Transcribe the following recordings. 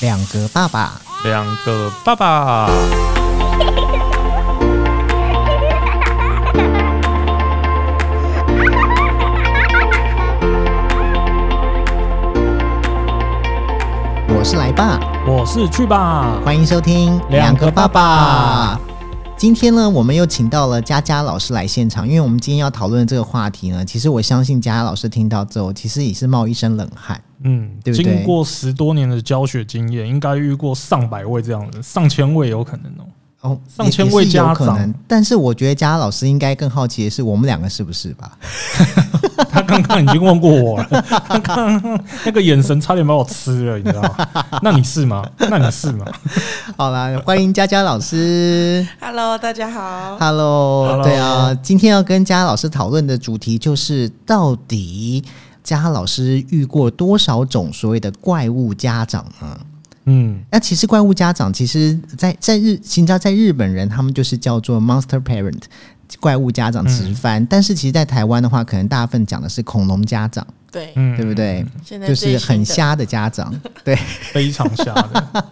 两个爸爸，两个爸爸，我是来爸，我是去吧。欢迎收听《两个爸爸》。今天呢，我们又请到了佳佳老师来现场，因为我们今天要讨论这个话题呢。其实我相信佳佳老师听到之后，其实也是冒一身冷汗。嗯，对不对经过十多年的教学经验，应该遇过上百位这样的人，上千位有可能哦、哦，上千位也也是有可家长能，但是我觉得佳佳老师应该更好奇的是，我们两个是不是吧？他刚刚已经问过我了，他刚刚那个眼神差点把我吃了，你知道吗？那你是吗？那你是吗？好啦，欢迎佳佳老师。 Hello，大家好。 Hello，, Hello 对啊，今天要跟佳老师讨论的主题就是到底佳老师遇过多少种所谓的怪物家长呢？嗯，那其实怪物家长，其实在在日，其实在日本人他们就是叫做 monster parent，怪物家长直嗯翻。但是其实，在台湾的话，可能大部分讲的是恐龙家长，对，嗯对不？对？现在就最是新很的。瞎的家 长，对。非常瞎的，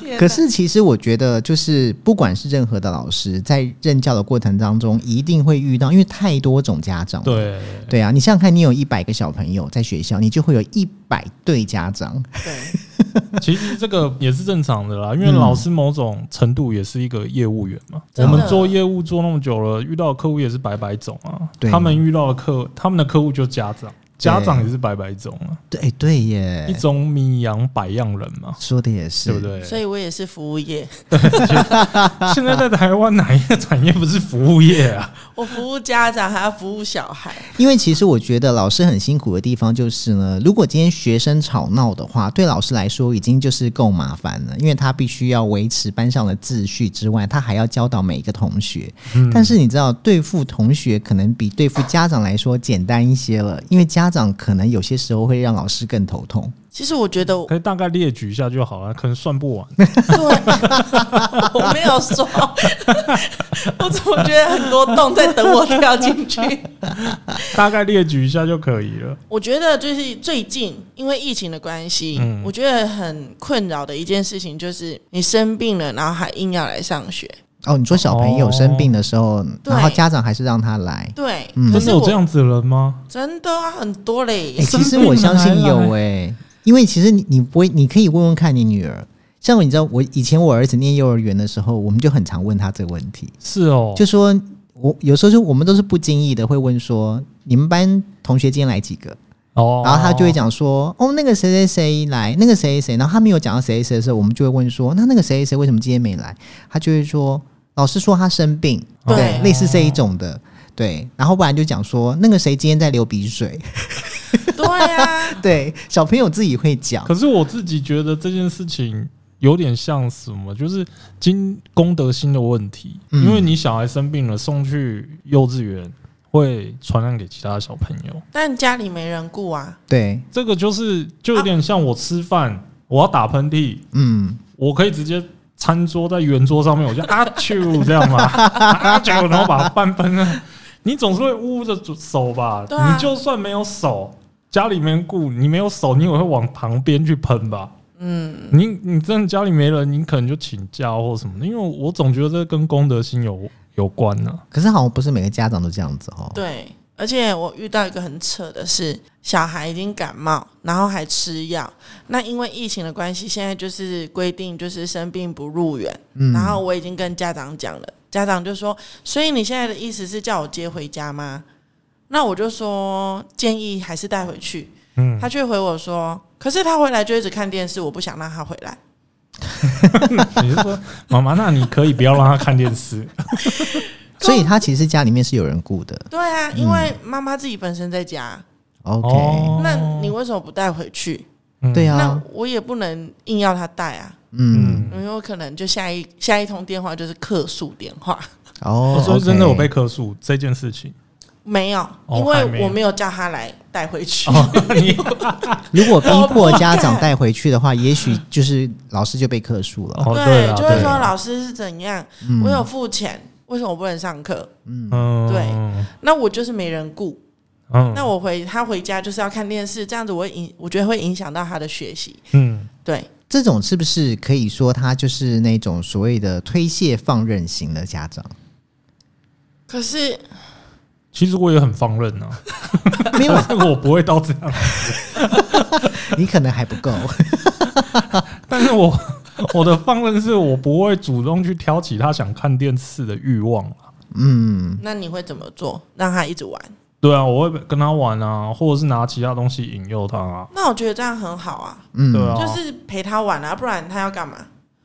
天哪可是其实我觉得，就是不管是任何的老师，在任教的过程当中，一定会遇到，因为太多种家长了，对，对啊，你想想看，你有一百个小朋友在学校，你就会有一百对家长。对， 其实这个也是正常的啦，因嗯为老师某种程度也是一个业务员嘛。真我的们做业务做那么久了，遇到的客户也是百百种啊。对他们遇到的客，他们的客户就家长，家长也是百百种啊， 对，对一耶，种米养百样人嘛，说的也是，对不对？ 所以我也是服务业，现在在台湾哪一个产业不是服务业啊？ 我服务家长，还要服务小孩。因为其实我觉得老师很辛苦的地方就是呢，如果今天学生吵闹的话，对老师来说已经就是够麻烦了，因为他必须要维持班上的秩序之外，他还要教导每一个同学。但是你知道，对付同学可能比对付家长来说简单一些了，因为家长可能有些时候会让老师更头痛。其实我 觉 得，可以大概列举一下就好了，可能 算不完。对，我没有说， 我怎么觉得很多洞在等我跳 进去？大概列举一下就可以了。我觉得就是最近因为疫情的关系，嗯我觉得很困扰的一件事情就是你生病了，然后还硬要来上学。哦，你说小朋友生病的时候，对然后家长还是让他来。对，嗯可真是的有我这样子的人吗？真的啊很多嘞哎、。生其实病我了相还信有来哎、因为其实你你不会，你可以问问看你女儿。像你知道，我以前我儿子念幼儿园的时候，我们就很常问他这个问题，是哦，就说我有时候就我们都是不经意的会问说，你们班同学今天来几个？哦，然后他就会讲说，哦，那个谁谁谁来，那个谁谁谁。然后他没有讲到谁谁谁的时候，我们就会问说，那那个谁谁谁为什么今天没来？他就会说，老师说他生病，对类似这一种的，对。然后不然就讲说，那个谁今天在流鼻水，对啊， 对，小朋友自己会讲，可是我自己觉得这件事情有点像什么，就是经公德心的问题。嗯因为你小孩生病了，送去幼稚园会传染给其他小朋友，但家里没人顾啊。对，这个就是就有点像我吃饭，我要打喷嚏，嗯，我可以直接。餐桌在圆桌上面，我就啊啾这样嘛， 啊啾，然后把饭喷了。你总是会捂着手吧？对啊你就算没有手，家里面顾你没有手，你也会往旁边去喷吧？嗯，你你真的家里没人，你可能就请假或什么的，因为我总觉得这跟公德心有有关呢、可是好像不是每个家长都这样子哦。对。而且我遇到一个很扯的是，小孩已经感冒，然后还吃药。那因为疫情的关系，现在就是规定就是生病不入园。嗯然后我已经跟家长讲了，家长就说：“所以你现在的意思是叫我接回家吗？”那我就说建议还是带回去。嗯，他却回我说：“可是他回来就一直看电视，我不想让他回来。你是说妈妈，那你可以不要让他看电 视，所以他其实家里面是有人顾的”，嗯对啊，因为妈妈自己本身在家， OK，、哦，那你为什么不带回去？嗯对，那啊，我也不能硬要他带啊，嗯，因为我可能就下一下一通电话就是客诉电话，哦我，说 OK 真的，我被客诉这件事情。没有，哦因还没为有我没有叫他来带回去。哦， 你 如果逼迫家长带回去的话，也许就是老师就被克数了。 哦，对对，了，就会对说啦老师是怎样，我有付钱，为什么我不能上课？嗯，对那我就是没人顾。嗯，那我回他回家就是要看电视，这样子我会影，我觉得会影响到他的学习。嗯，对，这种是不是可以说他就是那种所谓的推卸放任型的家 长？可是其实我也很 放任啊，没有但，是我不会到这样，你可能还不够。但是我 我的放任是我不会主动去挑起他想看电视的欲望啊嗯，那你会怎么做？让他一直玩？对啊，我会跟他玩啊，或者是拿其他东西引诱他啊，那我觉得这样很好啊，嗯对啊，就是陪他玩啊，不然他要干嘛？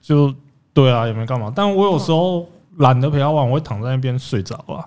就对啊，也没干嘛。但我有时候懒得陪他玩，我会躺在那边睡着 啊。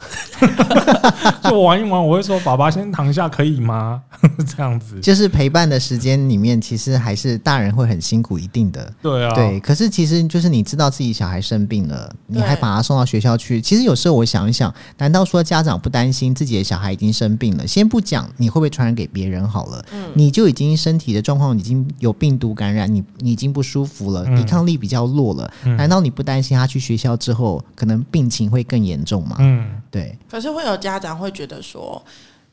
就玩一玩，我会说：“爸爸先躺下可以吗？” 这样子。就是陪伴的时间里面，其实还是大人会很辛苦一定的。对啊，对，可是其实就是你知道自己小孩生病了，你对还把他送到学校去。其实有时候我想一想，难道说家长不担心自己的小孩已经生病了？先不讲你会不会传染给别人好了，嗯你就已经身体的状况已经有病毒感染，你你已经不舒服了，嗯抵抗力比较弱了，嗯难道你不担心他去学校之后可能病情会更严重吗？嗯，对，可是会有家长会觉得说，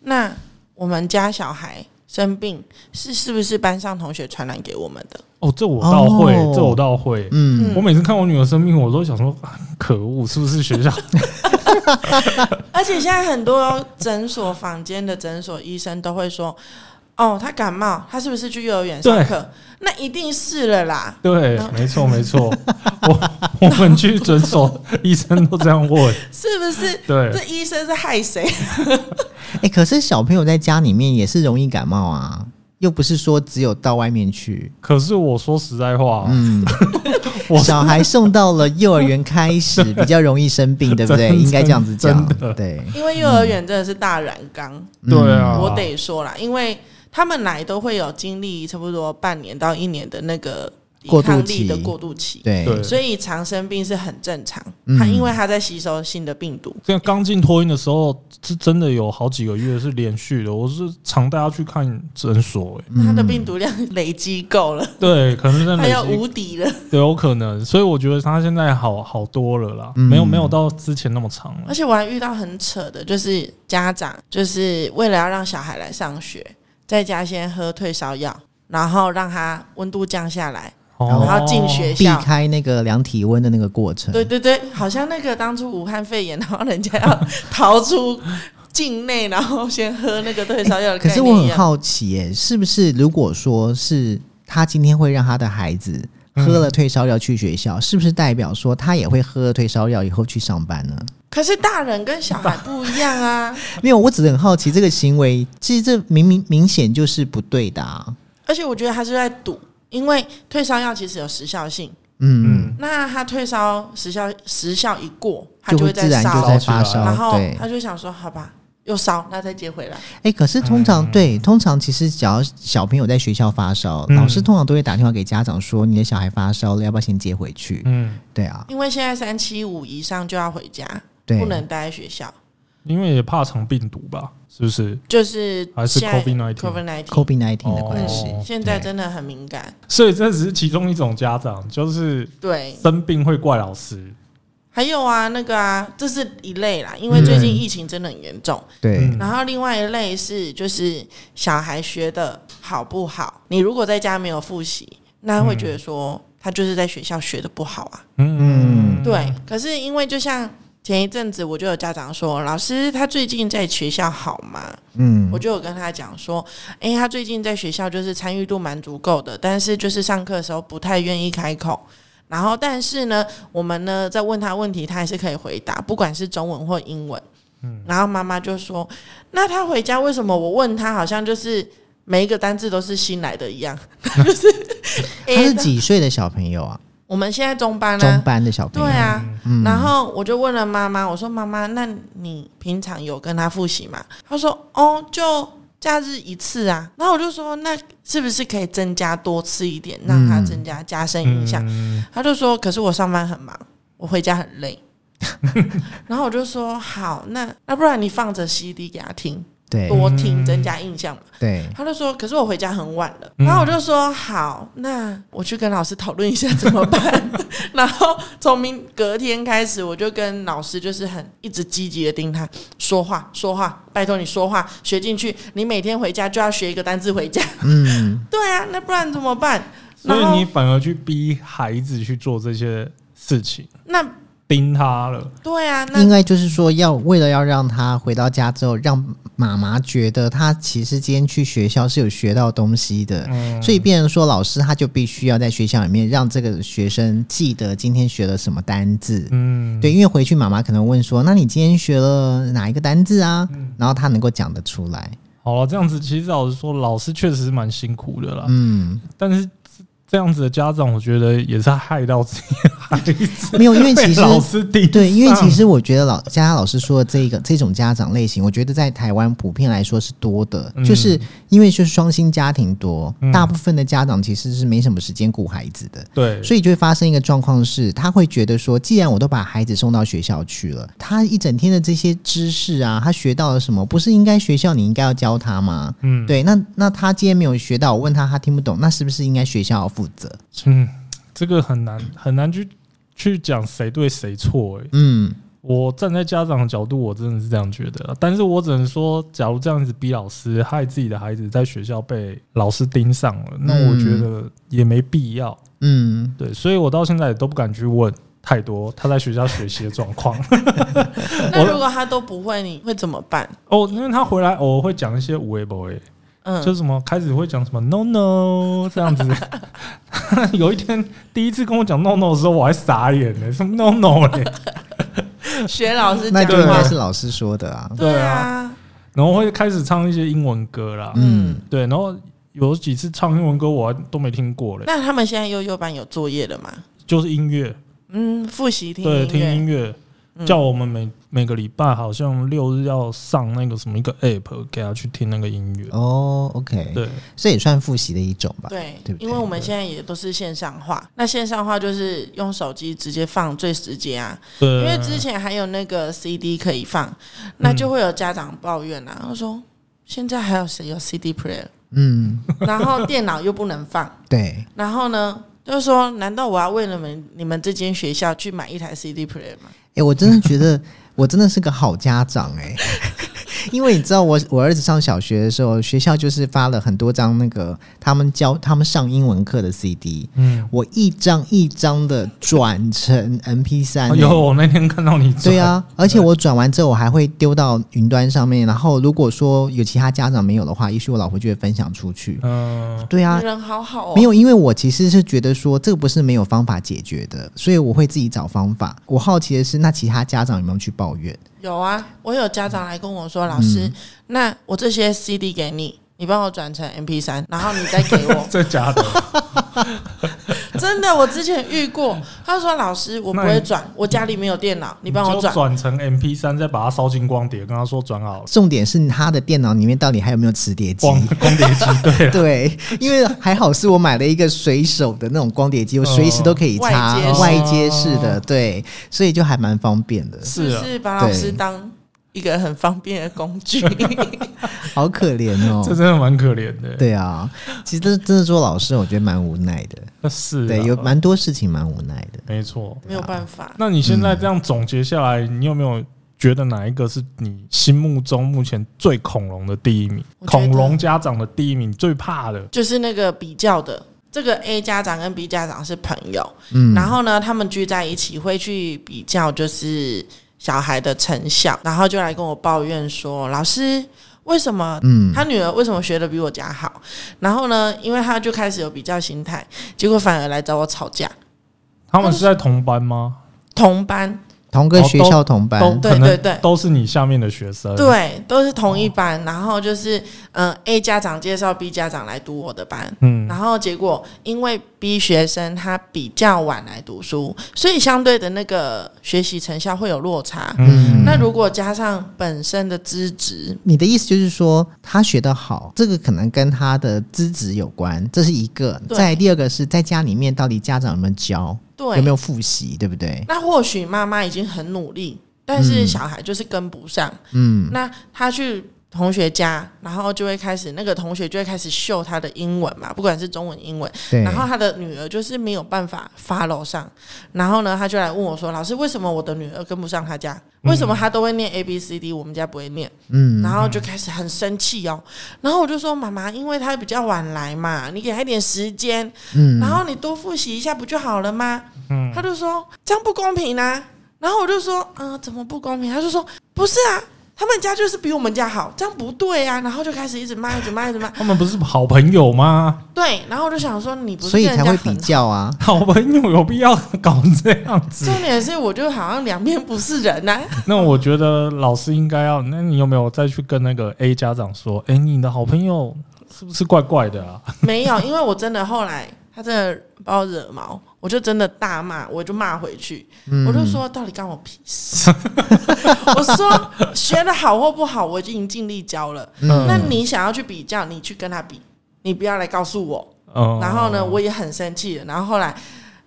那我们家小孩生病是是不是班上同学传染给我们的？哦，这我倒会，哦这我倒会。嗯，我每次看我女儿生病，我都想说，啊可恶，是不是学校？而且现在很多诊所房间的诊所医生都会说，哦，他感冒，他是不是去幼儿园上课？那一定是了啦。对，没错，没错。 我我们去诊所，医生都这样问。是不是？对这医生是害谁？ 哎、可是小朋友在家里面也是容易感冒啊，又不是说只有到外面去。可是我说实在话， 嗯，我小孩送到了幼儿园开 始比较容易生病，对不对？真的应该这样子讲真的，对，因为幼儿园真的是大染缸，对嗯啊，我得说啦，因为他们来都会有经历差不多半年到一年的那个抵过渡抗力的期过渡期，嗯对对所以常生病是很正常。嗯他因为他在吸收新的病毒，这样刚进托婴的时候，是真的有好几个月是连续的，我是常带他去看诊所、欸，嗯他的病毒量累积够了，对，可能是在他要累积，无敌了。对，有可能，所以我觉得他现在好好多了啦，嗯没有没有到之前那么长了而，且我还遇到很扯的，就是家长就是为了要让小孩来上学，在家先喝退烧药，然后让他温度降下来，哦然后进学嗯避校。开那个量体温的那个过程。对对对，好像那个当初武汉肺炎，然后人家要逃出境内，然后先喝那个退烧药的可概是念我一很样。好奇、耶，是不是如果说是他今天会让他的孩子喝了退烧药去学校，嗯是不是代表说他也会喝了退烧药以后去上班呢？可是大人跟小孩不一样啊，没有，我只是很好奇这个行为，其实这明明明显就是不对的、啊。而且我觉得他是在赌，因为退烧药其实有时效性，嗯，嗯，那他退烧时效时效一过，他就会会自然再就烧，啊在发烧起来烧，然后对。他就想说，好吧，又烧，那再接回来。哎、可是通常、嗯对，通常其实只要小朋友在学校发烧，嗯老师通常都会打电话给家长说，你的小孩发烧了，要不要先接回去？嗯，对啊，因为现在三七五以上就要回家，对，不能待在学校，因为也怕长病毒吧，是不是？就是还是现在 COVID-19 COVID-19 COVID nineteen 的关系、哦嗯现在对真的很敏感，所以这只是其中一种家长，就是对。生病会怪老师，还有啊，那个啊，这是一类啦，因为最近疫情真的很严重。对、嗯然后另外一类是，就是小孩学的好不好？你如果在家没有复习，那会觉得说他就是在学校学的不好啊。嗯，对，可是因为就像前一阵子，我就有家长说，老师他最近在学校好吗？嗯我就有跟他讲说，诶，他最近在学校就是参与度蛮足够的，但是就是上课的时候不太愿意开口。然后，但是呢，我们呢在问他问题，他还是可以回答，不管是中文或英文。嗯，然后妈妈就说：“那他回家为什么我问他，好像就是每一个单字都是新来的一样？ 就是 他是诶几岁的小朋友啊？我们现在中班中啊，班的小朋对友，啊。嗯然后我就问了妈妈，我说：“妈妈，那你平常有跟他复习吗？”她说：“哦，就假日一次啊。然后我就说，那是不是可以增加多次一点，让他嗯增加加深印象？嗯他就说，可是我上班很忙，我回家很累。 然后我就说好，那那不然你放着 CD 给他听，对多听增加印象嘛。对，他就说，可是我回家很晚了。嗯然后我就说好，那我去跟老师讨论一下怎么 办。然后从明隔天开始，我就跟老师就是很一直积极的盯他说话说话，拜托你说话学进去，你每天回家就要学一个单字回家。嗯， 对啊，那不然怎么办？所然后以你反而去逼孩子去做这些事情，那盯他了。对啊，那应该就是说要为了要让他回到家之后，让妈妈觉得他其实今天去学校是有学到东西的。嗯，所以，变成说老师他就必须要在学校里面让这个学生记得今天学了什么单字，嗯，对，因为回去妈妈可能问说：“那你今天学了哪一个单字啊？”嗯然后他能够讲得出来。好了，这样子其实老实说，老师确实是蛮辛苦的啦。嗯，但是这样子的家长，我觉得也是害到自己的孩子。没有，因为其 被实老师盯上对，因为其实我觉得老佳佳老师说的这个这种家长类型，我觉得在台湾普遍来说是多的，嗯就是因为就是双薪家庭多，嗯大部分的家长其实是没什么时间顾孩子的。对，所以就会发生一个状况是，他会觉得说，既然我都把孩子送到学校去了，他一整天的这些知识啊，他学到了什么，不是应该学校你应该要教他吗？嗯，对，那那他今天没有学到，我问他他听不懂，那是不是应该学校要负责？嗯，这个很难很难去去讲谁对谁错、欸。嗯，我站在家长的角度，我真的是这样觉得啊。但是我只能说，假如这样子逼老师，害自己的孩子在学校被老师盯上了，那我觉得也没必要。嗯，对，所以我到现在也都不敢去问太多他在学校学习的状况。 那如果他都不会，你会怎么办？哦，因为他回来偶尔会讲一些无为不为，嗯，就是什么开始会讲什么 no no 这样子。 有一天第一次跟我讲 no no 的时候，我还傻眼呢、什么 no no 嘞、学老师那讲就应该话是。老师说的啊。对啊，然后会开始唱一些英文歌啦，嗯，对，然后有几次唱英文歌我还都没听过嘞，那他们现在幼幼班有作业了吗？就是音乐，嗯，复习听对，听音音乐，嗯乐，叫我们每每个礼拜好像六日要上那个什么一个 app 给他去听那个音乐，哦，OK，对，这也算复习的一种吧？对对不，对因为我们现在也都是线上化，那线上化就是用手机直接放最直接啊，对，因为之前还有那个 CD 可以放，那就会有家长抱怨啊，他说现在还有谁有 CD player，嗯，然后电脑又不能放，对，然后呢？就是说，难道我要为了你们你们这间学校去买一台 CD player 吗？哎、我真的觉得我真的是个好家长哎、 因为你知道我我儿子上小学的时候，学校就是发了很多张那个他们教他们上英文课的 CD，嗯，我一张一张的转成 MP 三、啊有我那天看到你，对，啊，而且我转完之后，我还会丢到云端上面。然后如果说有其他家长没有的话，也许我老婆就会分享出去。嗯，。对啊你，人好好哦，没有，因为我其实是觉得说这个不是没有方法解决的，所以我会自己找方法。我好奇的是，那其他家长有没有去抱怨？有啊，我有家长来跟我说，老师，那我这些 CD 给你，你帮我转成 MP 三，然后你再给我这假 的， 真的，我之前遇过，他说老师，我不那会你转，我家里没有电脑，你帮我就转。转成 MP 三，再把它烧进光碟，跟他说转好了，重点是他的电脑里面到底还有没有磁碟机？光光碟机，对了，对，因为还好是我买了一个随手的那种光碟机，我随时都可以插哦外外接式接式的，对，所以就还蛮方便的，是是啊不是把老对师当一个很方便的工具？ 好可怜 哦这。真的蛮可怜的，，对啊，其实真的做老师，我觉得蛮无奈的。是啊，对，有蛮多事情蛮无奈的。没错，没有办法，那你现在这样总结下来，你有没有觉得哪一个是你心目中目前最恐龙的第一名？我觉得恐龙家长的第一名，最怕的。就是那个比较的。这个 A 家长跟 B 家长是朋友，嗯，然后呢，他们聚在一起会去比较，就是小孩的成效，然后就来跟我抱怨说，老师为什么嗯，他女儿为什么学的比我家好？然后呢，因为他就开始有比较心态，结果反而来找我吵架。他们是在同班吗？同班，同个哦学都校同班，都对可能对对都是你下面的学生，，呃对，都是同哦一班，然后就是嗯、呃 A 家长介绍 B 家长来读我的班，嗯然后结果因为 B 学生他比较晚来读书，所以相对的那个学习成效会有落差。嗯，那如果加上本身的资质，你的意思就是说，他学得好，这个可能跟他的资质有关，这是一个。对再来第二个是在家里面到底家长有没有教，对，有没有复习，对不对？那或许妈妈已经很努力，但是嗯小孩就是跟不上。嗯，那他去同学家，然后就会开始那个同学就会开始秀他的英文嘛，不管是中文、英文。对。然后他的女儿就是没有办法 follow 上，然后呢，他就来问我说：“老师，为什么我的女儿跟不上他家？为什么他都会念 A B C D，我们家不会念？”嗯，然后就开始很生气哦。然后我就说：“妈妈，因为他比较晚来嘛，你给他一点时间，嗯，然后你多复习一下不就好了吗？”嗯他就说这样不公平啊。然后我就说，嗯、怎么不公平？他就说不是啊，他们家就是比我们家好，这样不对啊。然后就开始一直骂，一直骂，一直骂。他们不是好朋友吗？ 对，然后我就想说，你不是所以跟人才家会很比较啊。好朋友有必要搞这样子？ 重点是，我就好像两面不是人呐、啊那我觉得老师应该要，那你有没有再去跟那个 A 家长说，哎、你的好朋友是不是怪怪的啊？没有，因为我真的后来他真的把我惹毛，我就真的大骂，我就骂回去，我就说到底干我屁事？ 我说学的好或不好，我已经尽力教了。嗯那你想要去比较，你去跟他比，你不要来告诉我。嗯，然后呢，我也很生气了。然后后来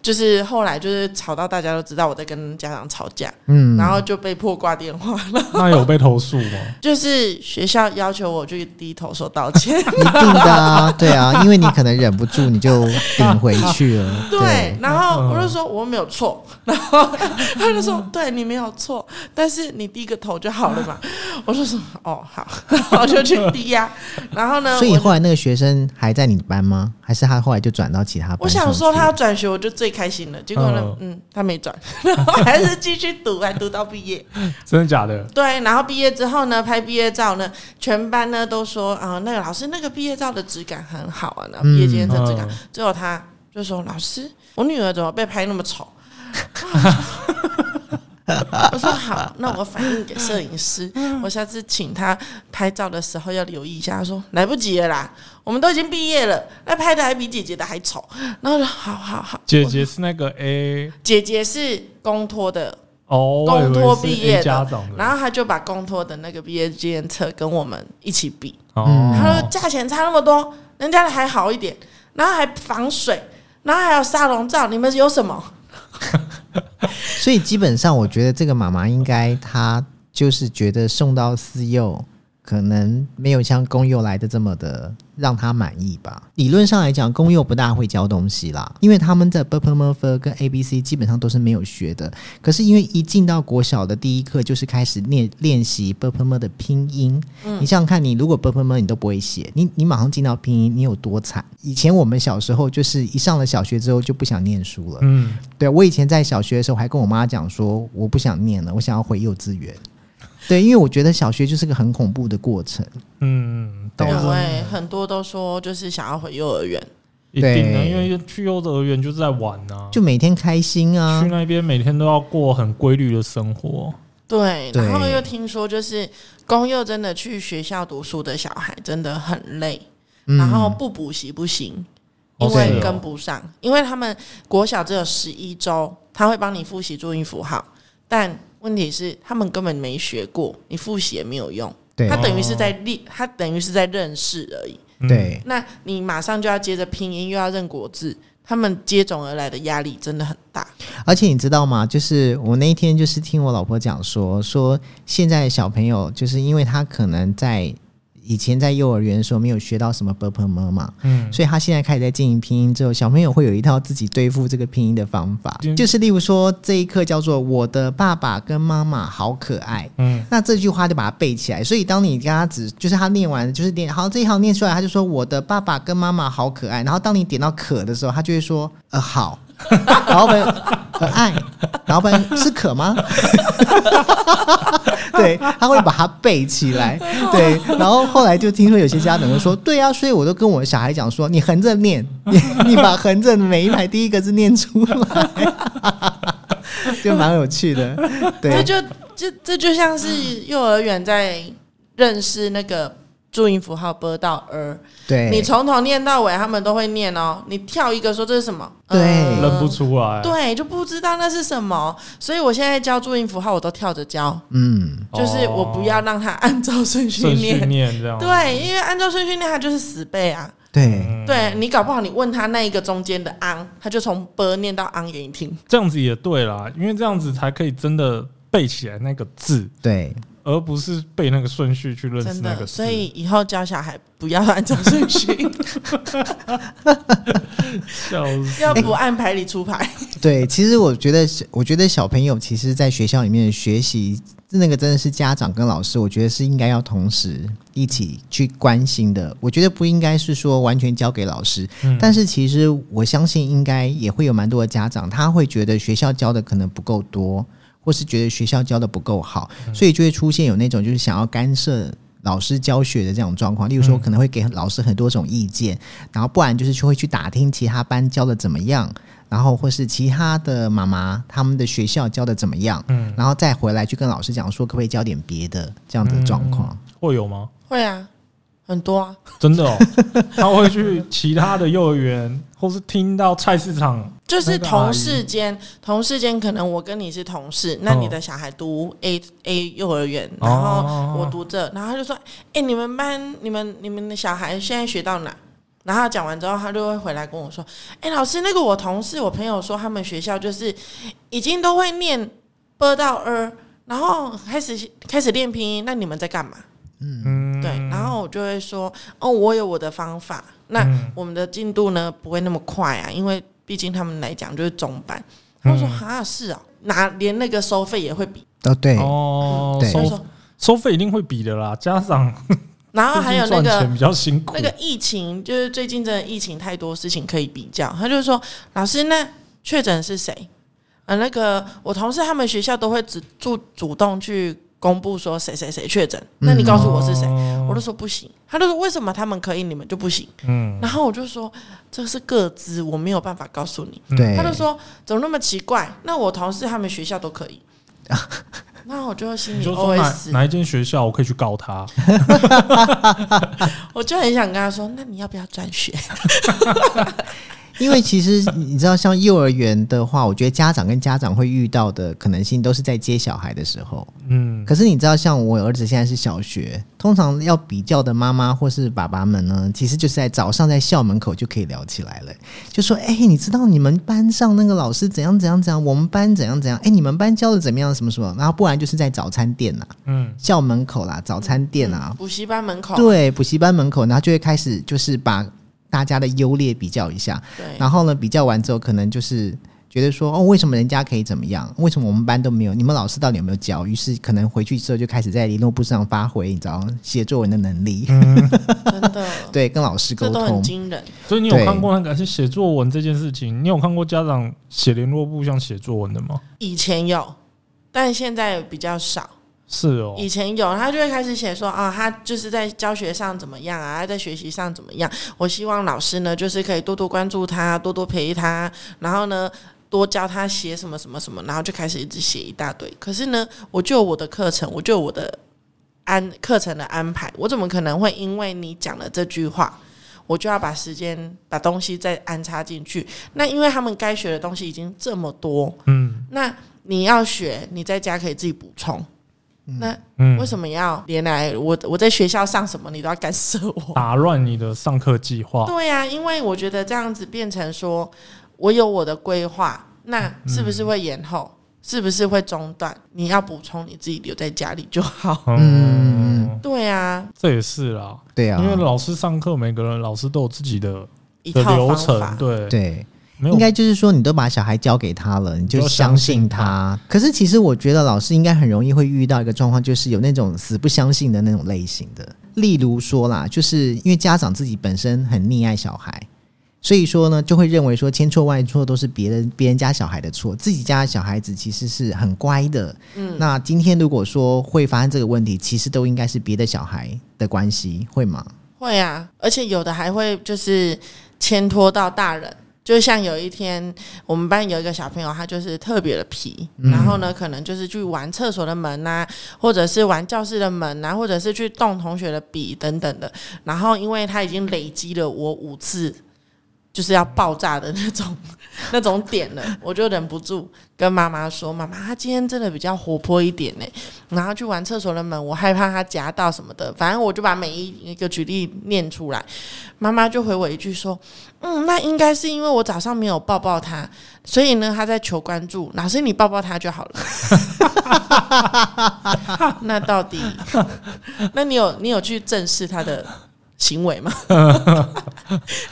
就是后来就是吵到大家都知道我在跟家长吵架，嗯，然后就被迫挂电话了。 那有被投诉吗？就是学校要求我去低头说道歉，一定的啊，对啊，因为你可能忍不住，你就顶回去了。 对对，。然后我就说我没有错， 然后他就说对你没有错，但是你低个头就好 了嘛。我就说哦好， 然后我就去低呀、然后呢，所以我后来那个学生还在你班吗？还是他后来就转到其他班？我想说他，转学我就最开心了，结果呢，嗯，他没转， 然后还是继续读，还读到毕业。真的假的？对，然后毕业之后呢，拍毕业照呢，全班呢都说啊、那个老师那个毕业照的质感很好啊，那毕业纪念册质感，嗯只有他就说老师，我女儿怎么被拍那么丑？啊 我说好，那我反映给摄影师，嗯我下次请他拍照的时候要留意一下。他说来不及了啦，我们都已经毕业了，那拍的还比姐姐的还丑。然后我说好好好，姐姐是那个 A 姐姐是公托的，哦，我以为公托是毕业 A 家的长，的，然后他就把公托的那个毕业纪念册跟我们一起比，哦，他说价钱差那么多，人家的还好一点，然后还防水，然后还有沙龙照，你们有什么？所以基本上我觉得这个妈妈应该她就是觉得送到私幼，可能没有像公幼来的这么的让她满意吧。理论上来讲，公幼不大会教东西啦，因为他们在 b p m f 跟 a b c 基本上都是没有学的。可是因为一进到国小的第一课就是开始练练习 b p m 的拼音，你想想看，你如果 b p m 你都不会写，你你马上进到拼音，你有多惨？以前我们小时候就是一上了小学之后就不想念书了。嗯，对我以前在小学的时候还跟我妈讲说，我不想念了，我想要回幼稚园。对，因为我觉得小学就是个很恐怖的过程。嗯，对到啊时因候为很多都说就是想要回幼儿园，一定的，对因为去幼儿园就是在玩呐、就每天开心啊，啊去，那边每天都要过很规律的生活。对，对然后又听说就是公幼真的去学校读书的小孩真的很累，嗯然后不补习不行，因哦是为哦跟不上，因为他们国小只有十一周，他会帮你复习注音符号，但问题是他们根本没学过，你复习也没有用，对哦他等于是在练，他等于是在认识而已。嗯，对，那你马上就要接着拼音，又要认国字，他们接踵而来的压力真的很大。而且你知道吗？就是我那一天就是听我老婆讲说，说现在的小朋友就是因为他可能在以前在幼儿园的时候没有学到什么 b p m 嘛，嗯，所以他现在开始在进行拼音之后，小朋友会有一套自己对付这个拼音的方法嗯，就是例如说这一课叫做“我的爸爸跟妈妈好可爱”，嗯，那这句话就把它背起来。所以当你跟他指，就是他念完就是念好这一行念出来，他就说“我的爸爸跟妈妈好可爱”，然后当你点到“可”的时候，他就会说“呃好”， 然后本可爱，然后本是可吗？ 对，他会把它背起 来。对，然后后来就听说有些家长就说，对啊，所以我都跟我小孩讲说，你横 着念，你你把横着每一排第一个字念出来。 就蛮有趣的。这对，就这这就像是幼儿园在认识那个注音符号播到 er 儿，对，你从头念到尾，他们都会念哦。你跳一个说这是什么？对呃认不出来，对，就不知道那是什么。所以我现在教注音符号，我都跳着教，嗯，就是我不要哦让它按照顺序顺序念。念这哦样，对，因为按照顺序念，它就是死背啊。对，嗯，对你搞不好你问他那一个中间的昂，他就从波念到昂给你听。这样子也对啦，因为这样子才可以真的背起来那个字，对，而不是背那个顺序去认识真那个的，字。所以以后教小孩不要按照顺序， 笑死，要不按牌理出牌。对，其实我觉得，我觉得小朋友其实，在学校里面学习，那个真的是家长跟老师，我觉得是应该要同时一起去关心的。我觉得不应该是说完全交给老师，嗯但是其实我相信，应该也会有蛮多的家长，他会觉得学校教的可能不够多，或是觉得学校教的不够好，嗯所以就会出现有那种就是想要干涉。老师教学的这种状况，例如说嗯可能会给老师很多种意见，然后不然就是去会去打听其他班教的怎么样，然后或是其他的妈妈他们的学校教的怎么样，嗯，然后再回来去跟老师讲说可不可以教点别的这样的状况。会有吗？会啊，很多啊，真的哦， 他会去其他的幼儿园，或是听到菜市场，就是那个阿同姨事间，同事间可能我跟你是同事，那你哦的小孩读 A A 幼儿园，哦然后我读这，然后他就说：“哎、你们班你们你们的小孩现在学到哪？”然后他讲完之后，他就会回来跟我说：“哎、老师，那个我同事我朋友说，他们学校就是已经都会念 b 到 r，然后开始开始练拼音，那你们在干嘛？”嗯，对，然后我就会说，哦，我有我的方法。那嗯我们的进度呢不会那么快啊，因为毕竟他们来讲就是中班。他们说嗯哈是啊，拿连那个收费也会比，哦，对，嗯哦，对所以收说，收费一定会比的啦，家长然后还有毕竟那赚钱个比较辛苦，那个疫情，就是最近真的疫情太多事情可以比较。他就说，老师那确诊是谁？呃，那个我同事他们学校都会只主主动去公布说谁谁谁确诊，那你告诉我是谁？哦我就说不行，他就说为什么他们可以，你们就不行？嗯，然后我就说这是个资，我没有办法告诉你。对，他就说怎么那么奇怪？那我同事他们学校都 可以。那我就心你里就说哪 OS，哪一间学校，我可以去 告他，我就很想跟他说，那你要不要转学？因为其实你知道，像幼儿园的话，我觉得家长跟家长会遇到的可能性都是在接小孩的时候。嗯，可是你知道，像我儿子现在是小学，通常要比较的妈妈或是爸爸们呢，其实就是在早上在校门口就可以聊起来了，就说：“哎、你知道你们班上那个老师怎样怎样怎样，我们班怎样怎样，哎、你们班教的怎么样，什么什么。”然后不然就是在早餐店呐、嗯，校门口啦，早餐店啊，补习班门口，对，补习班门口，然后就会开始就是把大家的优劣比较一下，对然后呢，比较完之后，可能就是觉得说，哦，为什么人家可以怎么样？为什么我们班都没有？你们老师到底有没有教？于是可能回去之后就开始在联络簿上发挥，你知道写作文的能力，真的， 对，跟老师沟这都很通。惊人。所以你有对看过那个是写作文这件事情，你有看过家长写联络簿像写作文的吗？以前有，但现在比较少。是哦，以前有，他就会开始写说啊，他就是在教学上怎么样啊，他在学习上怎么样。我希望老师呢，就是可以多多关注他，多多陪他，然后呢，多教他写什么什么什么，然后就开始一直写一大堆。可是呢，我就有我的课程，我就有我的安课程的安排，我怎么可能会因为你讲了这句话？我就要把时间把东西再安插进去。那因为他们该学的东西已经这么多，嗯那你要学，你在家可以自己补充。那嗯，为什么要连来我我在学校上什么你都要干涉我？打乱你的上课计划？对呀、因为我觉得这样子变成说我有我的规划，那嗯是不是会延后？是不是会中断？你要补充你自己留在家里就好。嗯，对啊呀、这也是啦，嗯对啊因，为老师上课，每个人老师都有自己的一的套流方程，法。对，对，没有应该就是说，你都把小孩交给他了，你就都相相信信他。可是其实我觉得老师应该很容易会遇到一个状况，就是有那种死不相信的那种类型的。例如说啦，就是因为家长自己本身很溺爱小孩，所以说呢，就会认为说千错万错都是别人别人家小孩的错，自己家的小孩子其实是很乖的。嗯，那今天如果说会发生这个问题，其实都应该是别的小孩的关系，会吗？会啊，而且有的还会就是牵拖到大人，就像有一天，我们班有一个小朋友，他就是特别的皮，然后呢，可能就是去玩厕所的门呐、或者是玩教室的门啊呐、或者是去动同学的笔等等的。然后，因为他已经累积了我五次，就是要爆炸的那种 那种点了，我就忍不住跟妈妈说：“妈妈，他今天真的比较活泼一点呢。”然后去玩厕所的门，我害怕他夹到什么的，反正我就把每一一个举例念出来。妈妈就回我一句说：“嗯，那应该是因为我早上没有抱抱他，所以呢，他在求关注。老师，你抱抱他就好了。”那到底？那你有你有去正视他的行为吗？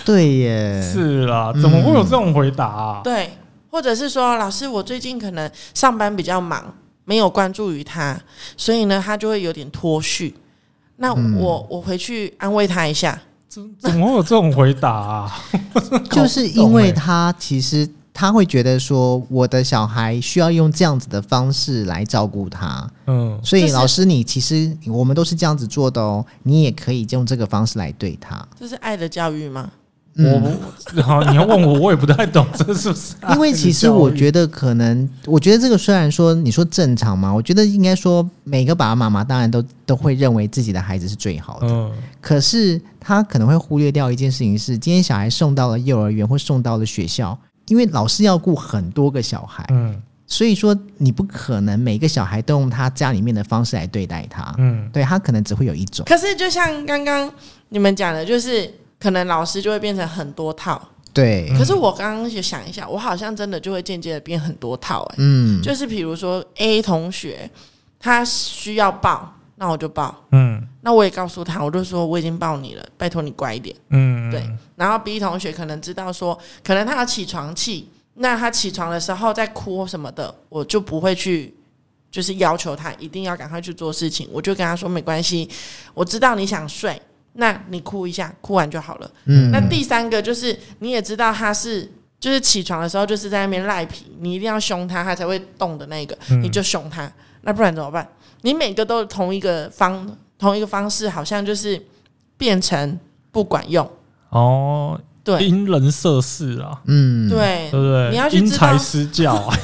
对耶，是啦，嗯怎么会有这种回答啊？对，或者是说，老师，我最近可能上班比较忙，没有关注于他，所以呢，他就会有点脱序。那我、我回去安慰他一下，怎么会有这种回答啊？就是因为他其实他会觉得说，我的小孩需要用这样子的方式来照顾他，嗯，所就以是老师你其实我们都是这样子做的哦，你也可以用这个方式来对他。这是爱的教育吗？嗯我不，好，你要问我，我也不太懂，这是不是啊？因为其实我觉得可能，我觉得这个虽然说你说正常嘛，我觉得应该说每个爸爸妈妈当然都都会认为自己的孩子是最好的，嗯，可是他可能会忽略掉一件事情是，今天小孩送到了幼儿园或送到了学校，因为老师要顾很多个小孩，嗯所以说你不可能每个小孩都用他家里面的方式来对待他，嗯对他可能只会有一种，可是就像刚刚你们讲的，就是可能老师就会变成很多套。对，可是我刚刚就想一下，我好像真的就会间接的变很多套、欸，嗯，就是比如说 A 同学他需要抱，那我就抱。嗯那我也告诉他，我就说我已经抱你了，拜托你乖一点。嗯，对，然后 B 同学可能知道说，可能他有起床气，那他起床的时候在哭什么的，我就不会去，就是要求他一定要赶快去做事情，我就跟他说没关系，我知道你想睡，那你哭一下，哭完就好了。嗯那第三个就是你也知道他是。就是起床的时候，就是在那边赖皮，你一定要凶他，他才会动的那个，嗯你就凶他。那不然怎么办？你每个都同一个方同一个方式，好像就是变成不管用。哦，对，因人设事啊，嗯，对对不对？你要去因知道哦材，施教啊，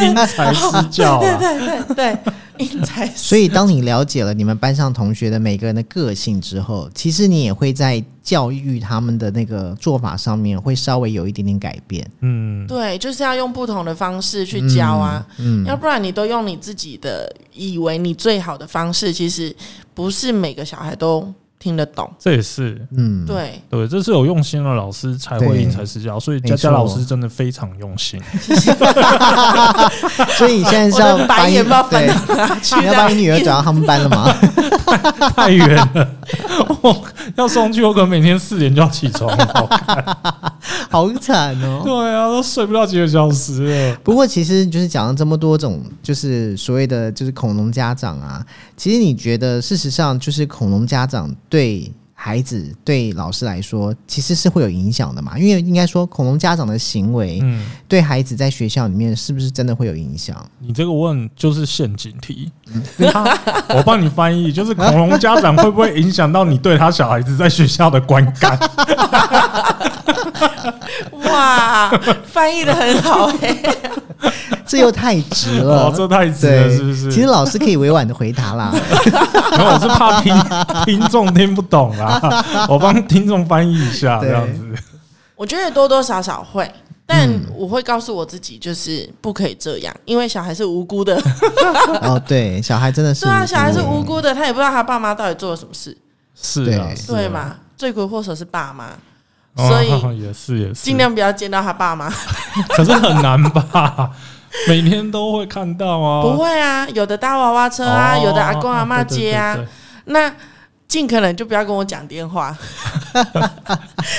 因材施教对啊，对对对， 因材施所以，当你了解了你们班上同学的每个人的个性之后，其实你也会在教育他们的那个做法上面会稍微有一点点改变。嗯，对，就是要用不同的方式去教啊，嗯，要不然你都用你自己的以为你最好的方式，其实不是每个小孩都听得懂。这也是。嗯，对，对，这是有用心的老师才对会因材施教，所以没佳佳错老师真的非常用心。所以你现在是我要的把白你眼不知道翻到哪去对，你要把你女儿转到他们班了 吗？太远了，我要送去，我可能每天四点就要起床了。好惨哦。 对啊，都睡不到几个小时了。不过，其实就是讲了这么多种，就是所谓的就是恐龙家长啊。其实你觉得，事实上就是恐龙家长对孩子、对老师来说，其实是会有影响的嘛？因为应该说，恐龙家长的行为，嗯，对孩子在学校里面是不是真的会有影响？你这个问就是陷阱题，他嗯我帮你翻译，就是恐龙家长会不会影响到你对他小孩子在学校的观 感？哇，翻译的很好哎、 这又太直了， 哦，这太直了，对，是不是？其实老师可以委婉的回答 啦，没有，我是怕听听众听不懂 啦，我帮听众翻译一下，对这样子。我觉得多多少少会，但嗯我会告诉我自己，就是不可以这样，因为小孩是无辜的。 哦，对，小孩真的是，对啊，小孩是无，辜的，他也不知道他爸妈到底做了什么事，是啊，对是啊对？嘛？罪魁祸首是爸妈，哦所以 也是也是，尽量不要见到他爸妈。可是很难吧？每天都会看到啊，不会啊，有的搭娃娃车啊，哦有的阿公阿妈接啊，对对对那尽可能就不要跟我讲电话，对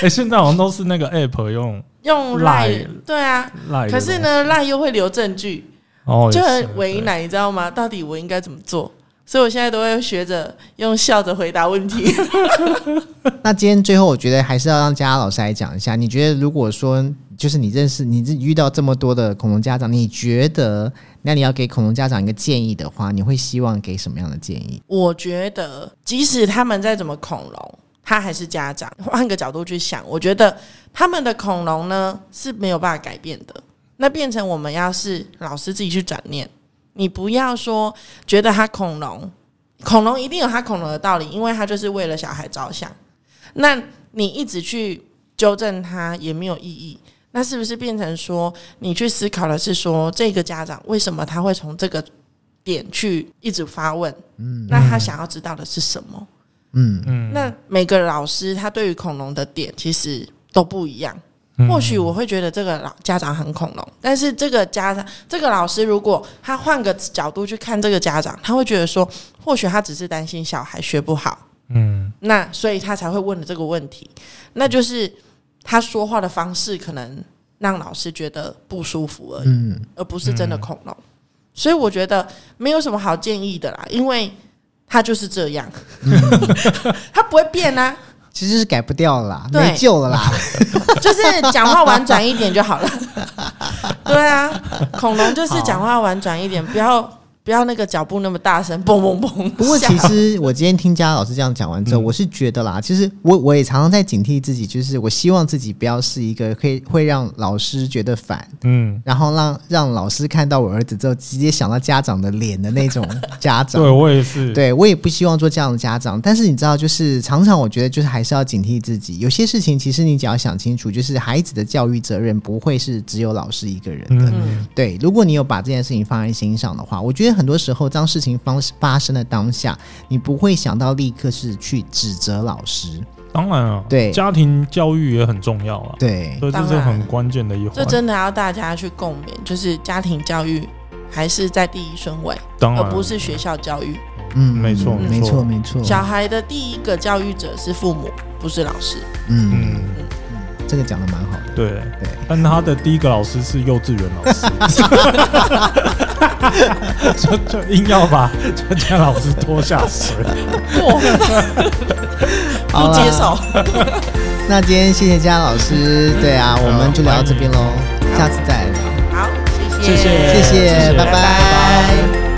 哎，现在好像都是那 个 app 用用赖赖对啊。赖，可是，呢，赖又会留证据，哦，就也是很为。难，你知道吗？到底我应该怎么做？所以我现在都会学着用笑着回答问题。 那今天最后，我觉得还是要让佳佳老师来讲一下，你觉得如果说就是你认识你遇到这么多的恐龙家长，你觉得那你要给恐龙家长一个建议的话，你会希望给什么样的建议？我觉得，即使他们再怎么恐龙，他还是家长。换个角度去想，我觉得他们的恐龙呢是没有办法改变的。那变成我们要是老师自己去转念，你不要说觉得他恐龙，恐龙一定有他恐龙的道理，因为他就是为了小孩着想。那你一直去纠正他也没有意义。那是不是变成说，你去思考的是说，这个家长为什么他会从这个点去一直发问？嗯，那他想要知道的是什么？嗯，嗯，那每个老师他对于恐龙的点其实都不一样。嗯或许我会觉得这个老家长很恐龙，但是这个家长这个老师如果他换个角度去看这个家长，他会觉得说，或许他只是担心小孩学不好，嗯那所以他才会问的这个问题，那就是他说话的方式可能让老师觉得不舒服而已，嗯而不是真的恐龙。所以我觉得没有什么好建议的啦，因为他就是这样， 他不会变啊，其实是改不掉了啦，对没救了啦。就是讲话婉转一点 就好了。对啊，恐龙就是讲话婉转一点，不要不要那个脚步那么大声，嘣嘣嘣。不过其 吓到实我今天听佳老师这样讲完 之后，我是觉得啦，其实我我也常常在警惕自己，就是我希望自己不要是一个可以会让老师觉得烦，嗯，然后让让老师看到我儿子之后直接想到家长的脸的那种家长 对。我也是，对我也不希望做这样的家长，但是你知道，就是常常我觉得就是还是要警惕自己，有些事情其实你只要想清楚，就是孩子的教育责任不会是只有老师一个人的。嗯对，如果你有把这件事情放在心上的话，我觉得很多时候当事情发发生的当下，你不会想到立刻是去指责老师。当然啊，对家庭教育也很重要啊，对，所以这当是然很关键的一这环。真的要大家去共勉，就是家庭教育还是在第一顺位，当而然哦不是学校教育。嗯，没错嗯没没错错，没错。小孩的第一个教育者是父母，不是老师。嗯，嗯，这个讲的蛮好的。对对，但他的第一个老师是幼稚园老师， 就就硬要把陈家老师拖下水。 过分，好啦不接受。那今天谢谢佳老师，对啊，我们就聊到这边喽，下次再聊，好，谢谢谢谢，谢谢拜拜拜